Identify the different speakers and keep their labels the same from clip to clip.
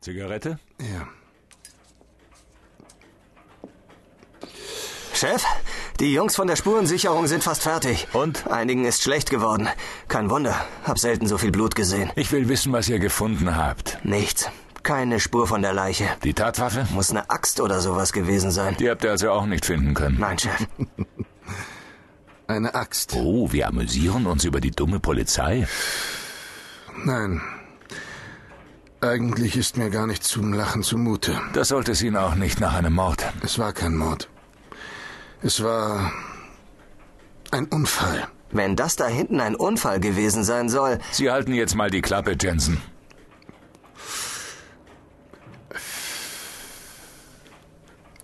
Speaker 1: Zigarette?
Speaker 2: Ja.
Speaker 3: Chef, die Jungs von der Spurensicherung sind fast fertig.
Speaker 1: Und?
Speaker 3: Einigen ist schlecht geworden. Kein Wunder, hab selten so viel Blut gesehen.
Speaker 1: Ich will wissen, was ihr gefunden habt.
Speaker 3: Nichts. Keine Spur von der Leiche.
Speaker 1: Die Tatwaffe?
Speaker 3: Muss eine Axt oder sowas gewesen sein.
Speaker 1: Die habt ihr also auch nicht finden können.
Speaker 3: Nein, Chef.
Speaker 2: Eine Axt.
Speaker 1: Oh, wir amüsieren uns über die dumme Polizei.
Speaker 2: Nein. Eigentlich ist mir gar nicht zum Lachen zumute.
Speaker 1: Das sollte es Ihnen auch nicht nach einem Mord.
Speaker 2: Es war kein Mord. Es war ein Unfall.
Speaker 3: Wenn das da hinten ein Unfall gewesen sein soll.
Speaker 1: Sie halten jetzt mal die Klappe, Jensen.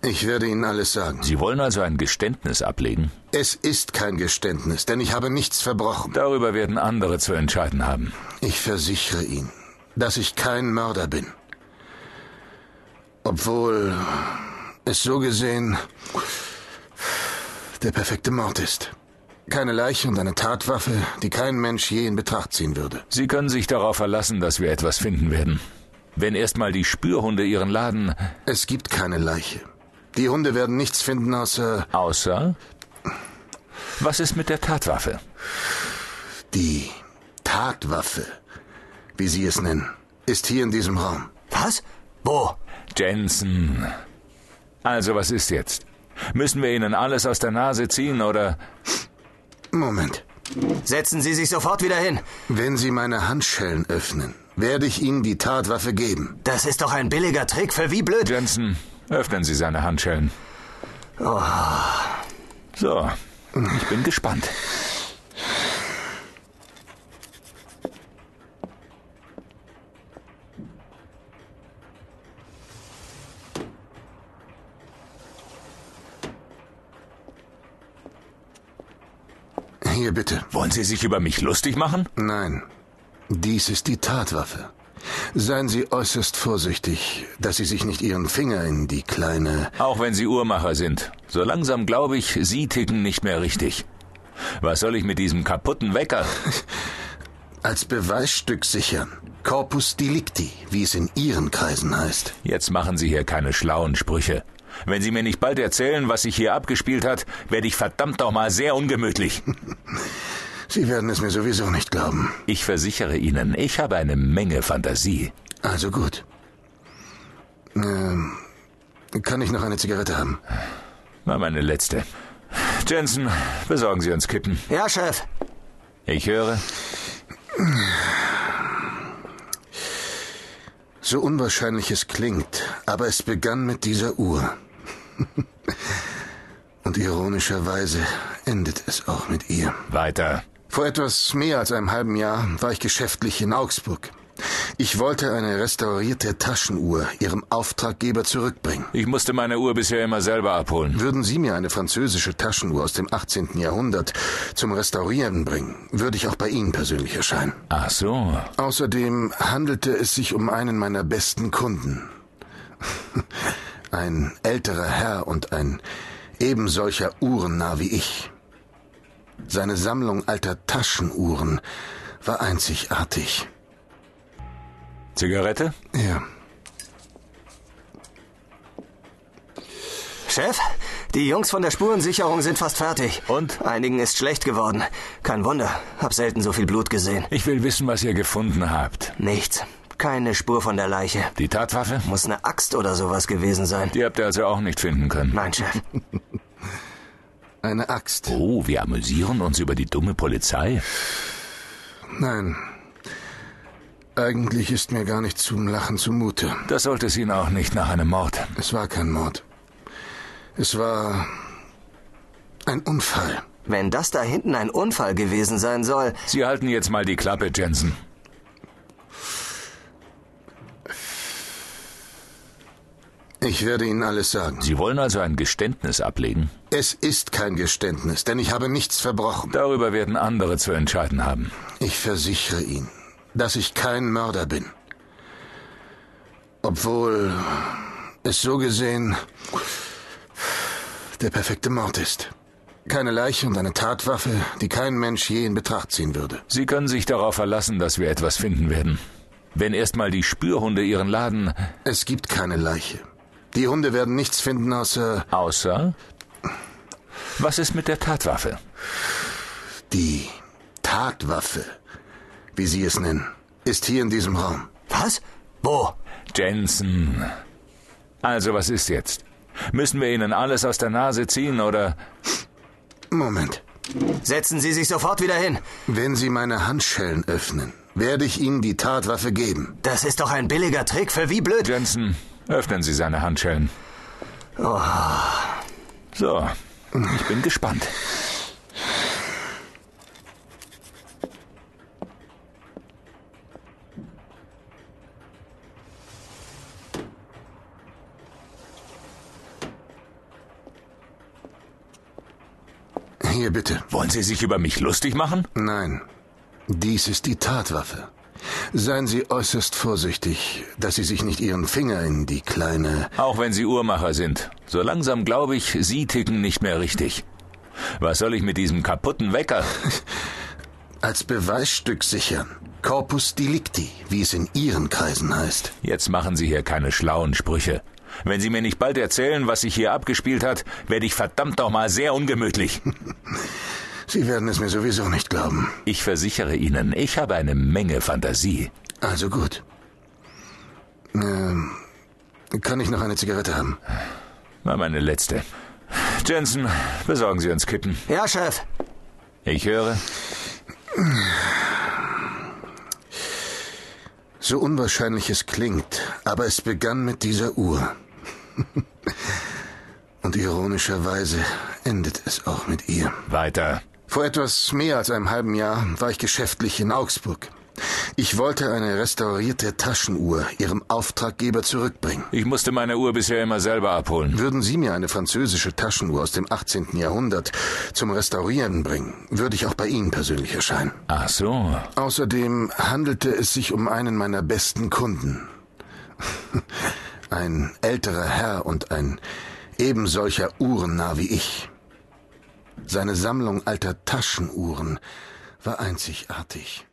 Speaker 2: Ich werde Ihnen alles sagen.
Speaker 1: Sie wollen also ein Geständnis ablegen?
Speaker 2: Es ist kein Geständnis, denn ich habe nichts verbrochen.
Speaker 1: Darüber werden andere zu entscheiden haben.
Speaker 2: Ich versichere Ihnen, dass ich kein Mörder bin. Obwohl es so gesehen der perfekte Mord ist. Keine Leiche und eine Tatwaffe, die kein Mensch je in Betracht ziehen würde.
Speaker 1: Sie können sich darauf verlassen, dass wir etwas finden werden. Wenn erstmal die Spürhunde ihren Laden
Speaker 2: Es gibt keine Leiche. Die Hunde werden nichts finden außer
Speaker 1: außer. Was ist mit der Tatwaffe?
Speaker 2: die Tatwaffe, wie Sie es nennen, ist hier in diesem Raum.
Speaker 3: Was? Wo?
Speaker 1: Jensen. Also, was ist jetzt? Müssen wir Ihnen alles aus der Nase ziehen oder.
Speaker 2: Moment.
Speaker 3: Setzen Sie sich sofort wieder hin.
Speaker 2: Wenn Sie meine Handschellen öffnen, werde ich Ihnen die Tatwaffe geben.
Speaker 3: Das ist doch ein billiger Trick für wie blöd.
Speaker 1: Jensen, öffnen Sie seine Handschellen. So, ich bin gespannt.
Speaker 2: Hier bitte.
Speaker 1: Wollen Sie sich über mich lustig machen?
Speaker 2: Nein, dies ist die Tatwaffe. Seien Sie äußerst vorsichtig, dass Sie sich nicht Ihren Finger in die kleine.
Speaker 1: Auch wenn Sie Uhrmacher sind. So langsam glaube ich, Sie ticken nicht mehr richtig. Was soll ich mit diesem kaputten Wecker?
Speaker 2: als Beweisstück sichern. Corpus delicti, wie es in Ihren Kreisen heißt.
Speaker 1: Jetzt machen Sie hier keine schlauen Sprüche. Wenn Sie mir nicht bald erzählen, was sich hier abgespielt hat, werde ich verdammt doch mal sehr ungemütlich.
Speaker 2: Sie werden es mir sowieso nicht glauben.
Speaker 1: Ich versichere Ihnen, ich habe eine Menge Fantasie.
Speaker 2: Also gut. Ähm, kann ich noch eine Zigarette haben?
Speaker 1: War meine letzte. Jensen, besorgen Sie uns Kippen.
Speaker 3: Ja, Chef.
Speaker 1: Ich höre.
Speaker 2: So unwahrscheinlich es klingt, aber es begann mit dieser Uhr. Und ironischerweise endet es auch mit ihr.
Speaker 1: Weiter.
Speaker 2: Vor etwas mehr als einem halben Jahr war ich geschäftlich in Augsburg. Ich wollte eine restaurierte Taschenuhr ihrem Auftraggeber zurückbringen.
Speaker 1: Ich musste meine Uhr bisher immer selber abholen.
Speaker 2: Würden Sie mir eine französische Taschenuhr aus dem 18. Jahrhundert zum Restaurieren bringen, würde ich auch bei Ihnen persönlich erscheinen.
Speaker 1: Ach so.
Speaker 2: Außerdem handelte es sich um einen meiner besten Kunden. Ein älterer Herr und ein ebensolcher Uhrennah wie ich. Seine Sammlung alter Taschenuhren war einzigartig.
Speaker 1: Zigarette?
Speaker 2: Ja,
Speaker 3: Chef? Die Jungs von der Spurensicherung sind fast fertig.
Speaker 1: Und?
Speaker 3: Einigen ist schlecht geworden. Kein Wunder, hab selten so viel Blut gesehen.
Speaker 1: Ich will wissen, was ihr gefunden habt.
Speaker 3: Nichts. Keine Spur von der Leiche.
Speaker 1: Die Tatwaffe?
Speaker 3: Muss eine Axt oder sowas gewesen sein.
Speaker 1: Die habt ihr also auch nicht finden können.
Speaker 3: Nein, Chef.
Speaker 2: eine Axt.
Speaker 1: Oh, wir amüsieren uns über die dumme Polizei?
Speaker 2: Nein. Eigentlich ist mir gar nicht zum Lachen zumute.
Speaker 1: Das sollte es Ihnen auch nicht nach einem Mord.
Speaker 2: Es war kein Mord. Es war ein Unfall.
Speaker 3: Wenn das da hinten ein Unfall gewesen sein soll.
Speaker 1: Sie halten jetzt mal die Klappe, Jensen.
Speaker 2: Ich werde Ihnen alles sagen.
Speaker 1: Sie wollen also ein Geständnis ablegen?
Speaker 2: Es ist kein Geständnis, denn ich habe nichts verbrochen.
Speaker 1: Darüber werden andere zu entscheiden haben.
Speaker 2: Ich versichere Ihnen, dass ich kein Mörder bin. Obwohl es so gesehen der perfekte Mord ist. Keine Leiche und eine Tatwaffe, die kein Mensch je in Betracht ziehen würde.
Speaker 1: Sie können sich darauf verlassen, dass wir etwas finden werden. Wenn erstmal die Spürhunde ihren Laden
Speaker 2: Es gibt keine Leiche. Die Hunde werden nichts finden außer
Speaker 1: außer. Was ist mit der Tatwaffe?
Speaker 2: die Tatwaffe, wie Sie es nennen, ist hier in diesem Raum.
Speaker 3: Was? Wo?
Speaker 1: Jensen. Also, was ist jetzt? Müssen wir ihnen alles aus der Nase ziehen oder.
Speaker 2: Moment.
Speaker 3: Setzen Sie sich sofort wieder hin.
Speaker 2: Wenn Sie meine Handschellen öffnen, werde ich Ihnen die Tatwaffe geben.
Speaker 3: Das ist doch ein billiger Trick für wie blöd.
Speaker 1: Jensen, öffnen Sie seine Handschellen. So, ich bin gespannt.
Speaker 2: Hier bitte.
Speaker 1: Wollen Sie sich über mich lustig machen?
Speaker 2: Nein, dies ist die Tatwaffe. Seien Sie äußerst vorsichtig, dass Sie sich nicht Ihren Finger in die kleine...
Speaker 1: Auch wenn Sie Uhrmacher sind. So langsam glaube ich, Sie ticken nicht mehr richtig. Was soll ich mit diesem kaputten Wecker?
Speaker 2: als Beweisstück sichern. Corpus delicti, wie es in Ihren Kreisen heißt.
Speaker 1: Jetzt machen Sie hier keine schlauen Sprüche. Wenn Sie mir nicht bald erzählen, was sich hier abgespielt hat, werde ich verdammt nochmal sehr ungemütlich.
Speaker 2: Sie werden es mir sowieso nicht glauben.
Speaker 1: Ich versichere Ihnen, ich habe eine Menge Fantasie.
Speaker 2: Also gut. Ähm, kann ich noch eine Zigarette haben?
Speaker 1: War meine letzte. Jensen, besorgen Sie uns Kippen.
Speaker 3: Ja, Chef.
Speaker 1: Ich höre.
Speaker 2: So unwahrscheinlich es klingt, aber es begann mit dieser Uhr. Und ironischerweise endet es auch mit ihr.
Speaker 1: Weiter.
Speaker 2: Vor etwas mehr als einem halben Jahr war ich geschäftlich in Augsburg. Ich wollte eine restaurierte Taschenuhr ihrem Auftraggeber zurückbringen.
Speaker 1: Ich musste meine Uhr bisher immer selber abholen.
Speaker 2: Würden Sie mir eine französische Taschenuhr aus dem 18. Jahrhundert zum Restaurieren bringen, würde ich auch bei Ihnen persönlich erscheinen.
Speaker 1: Ach so.
Speaker 2: Außerdem handelte es sich um einen meiner besten Kunden. Ein älterer Herr und ein ebensolcher Uhrennah wie ich. Seine Sammlung alter Taschenuhren war einzigartig.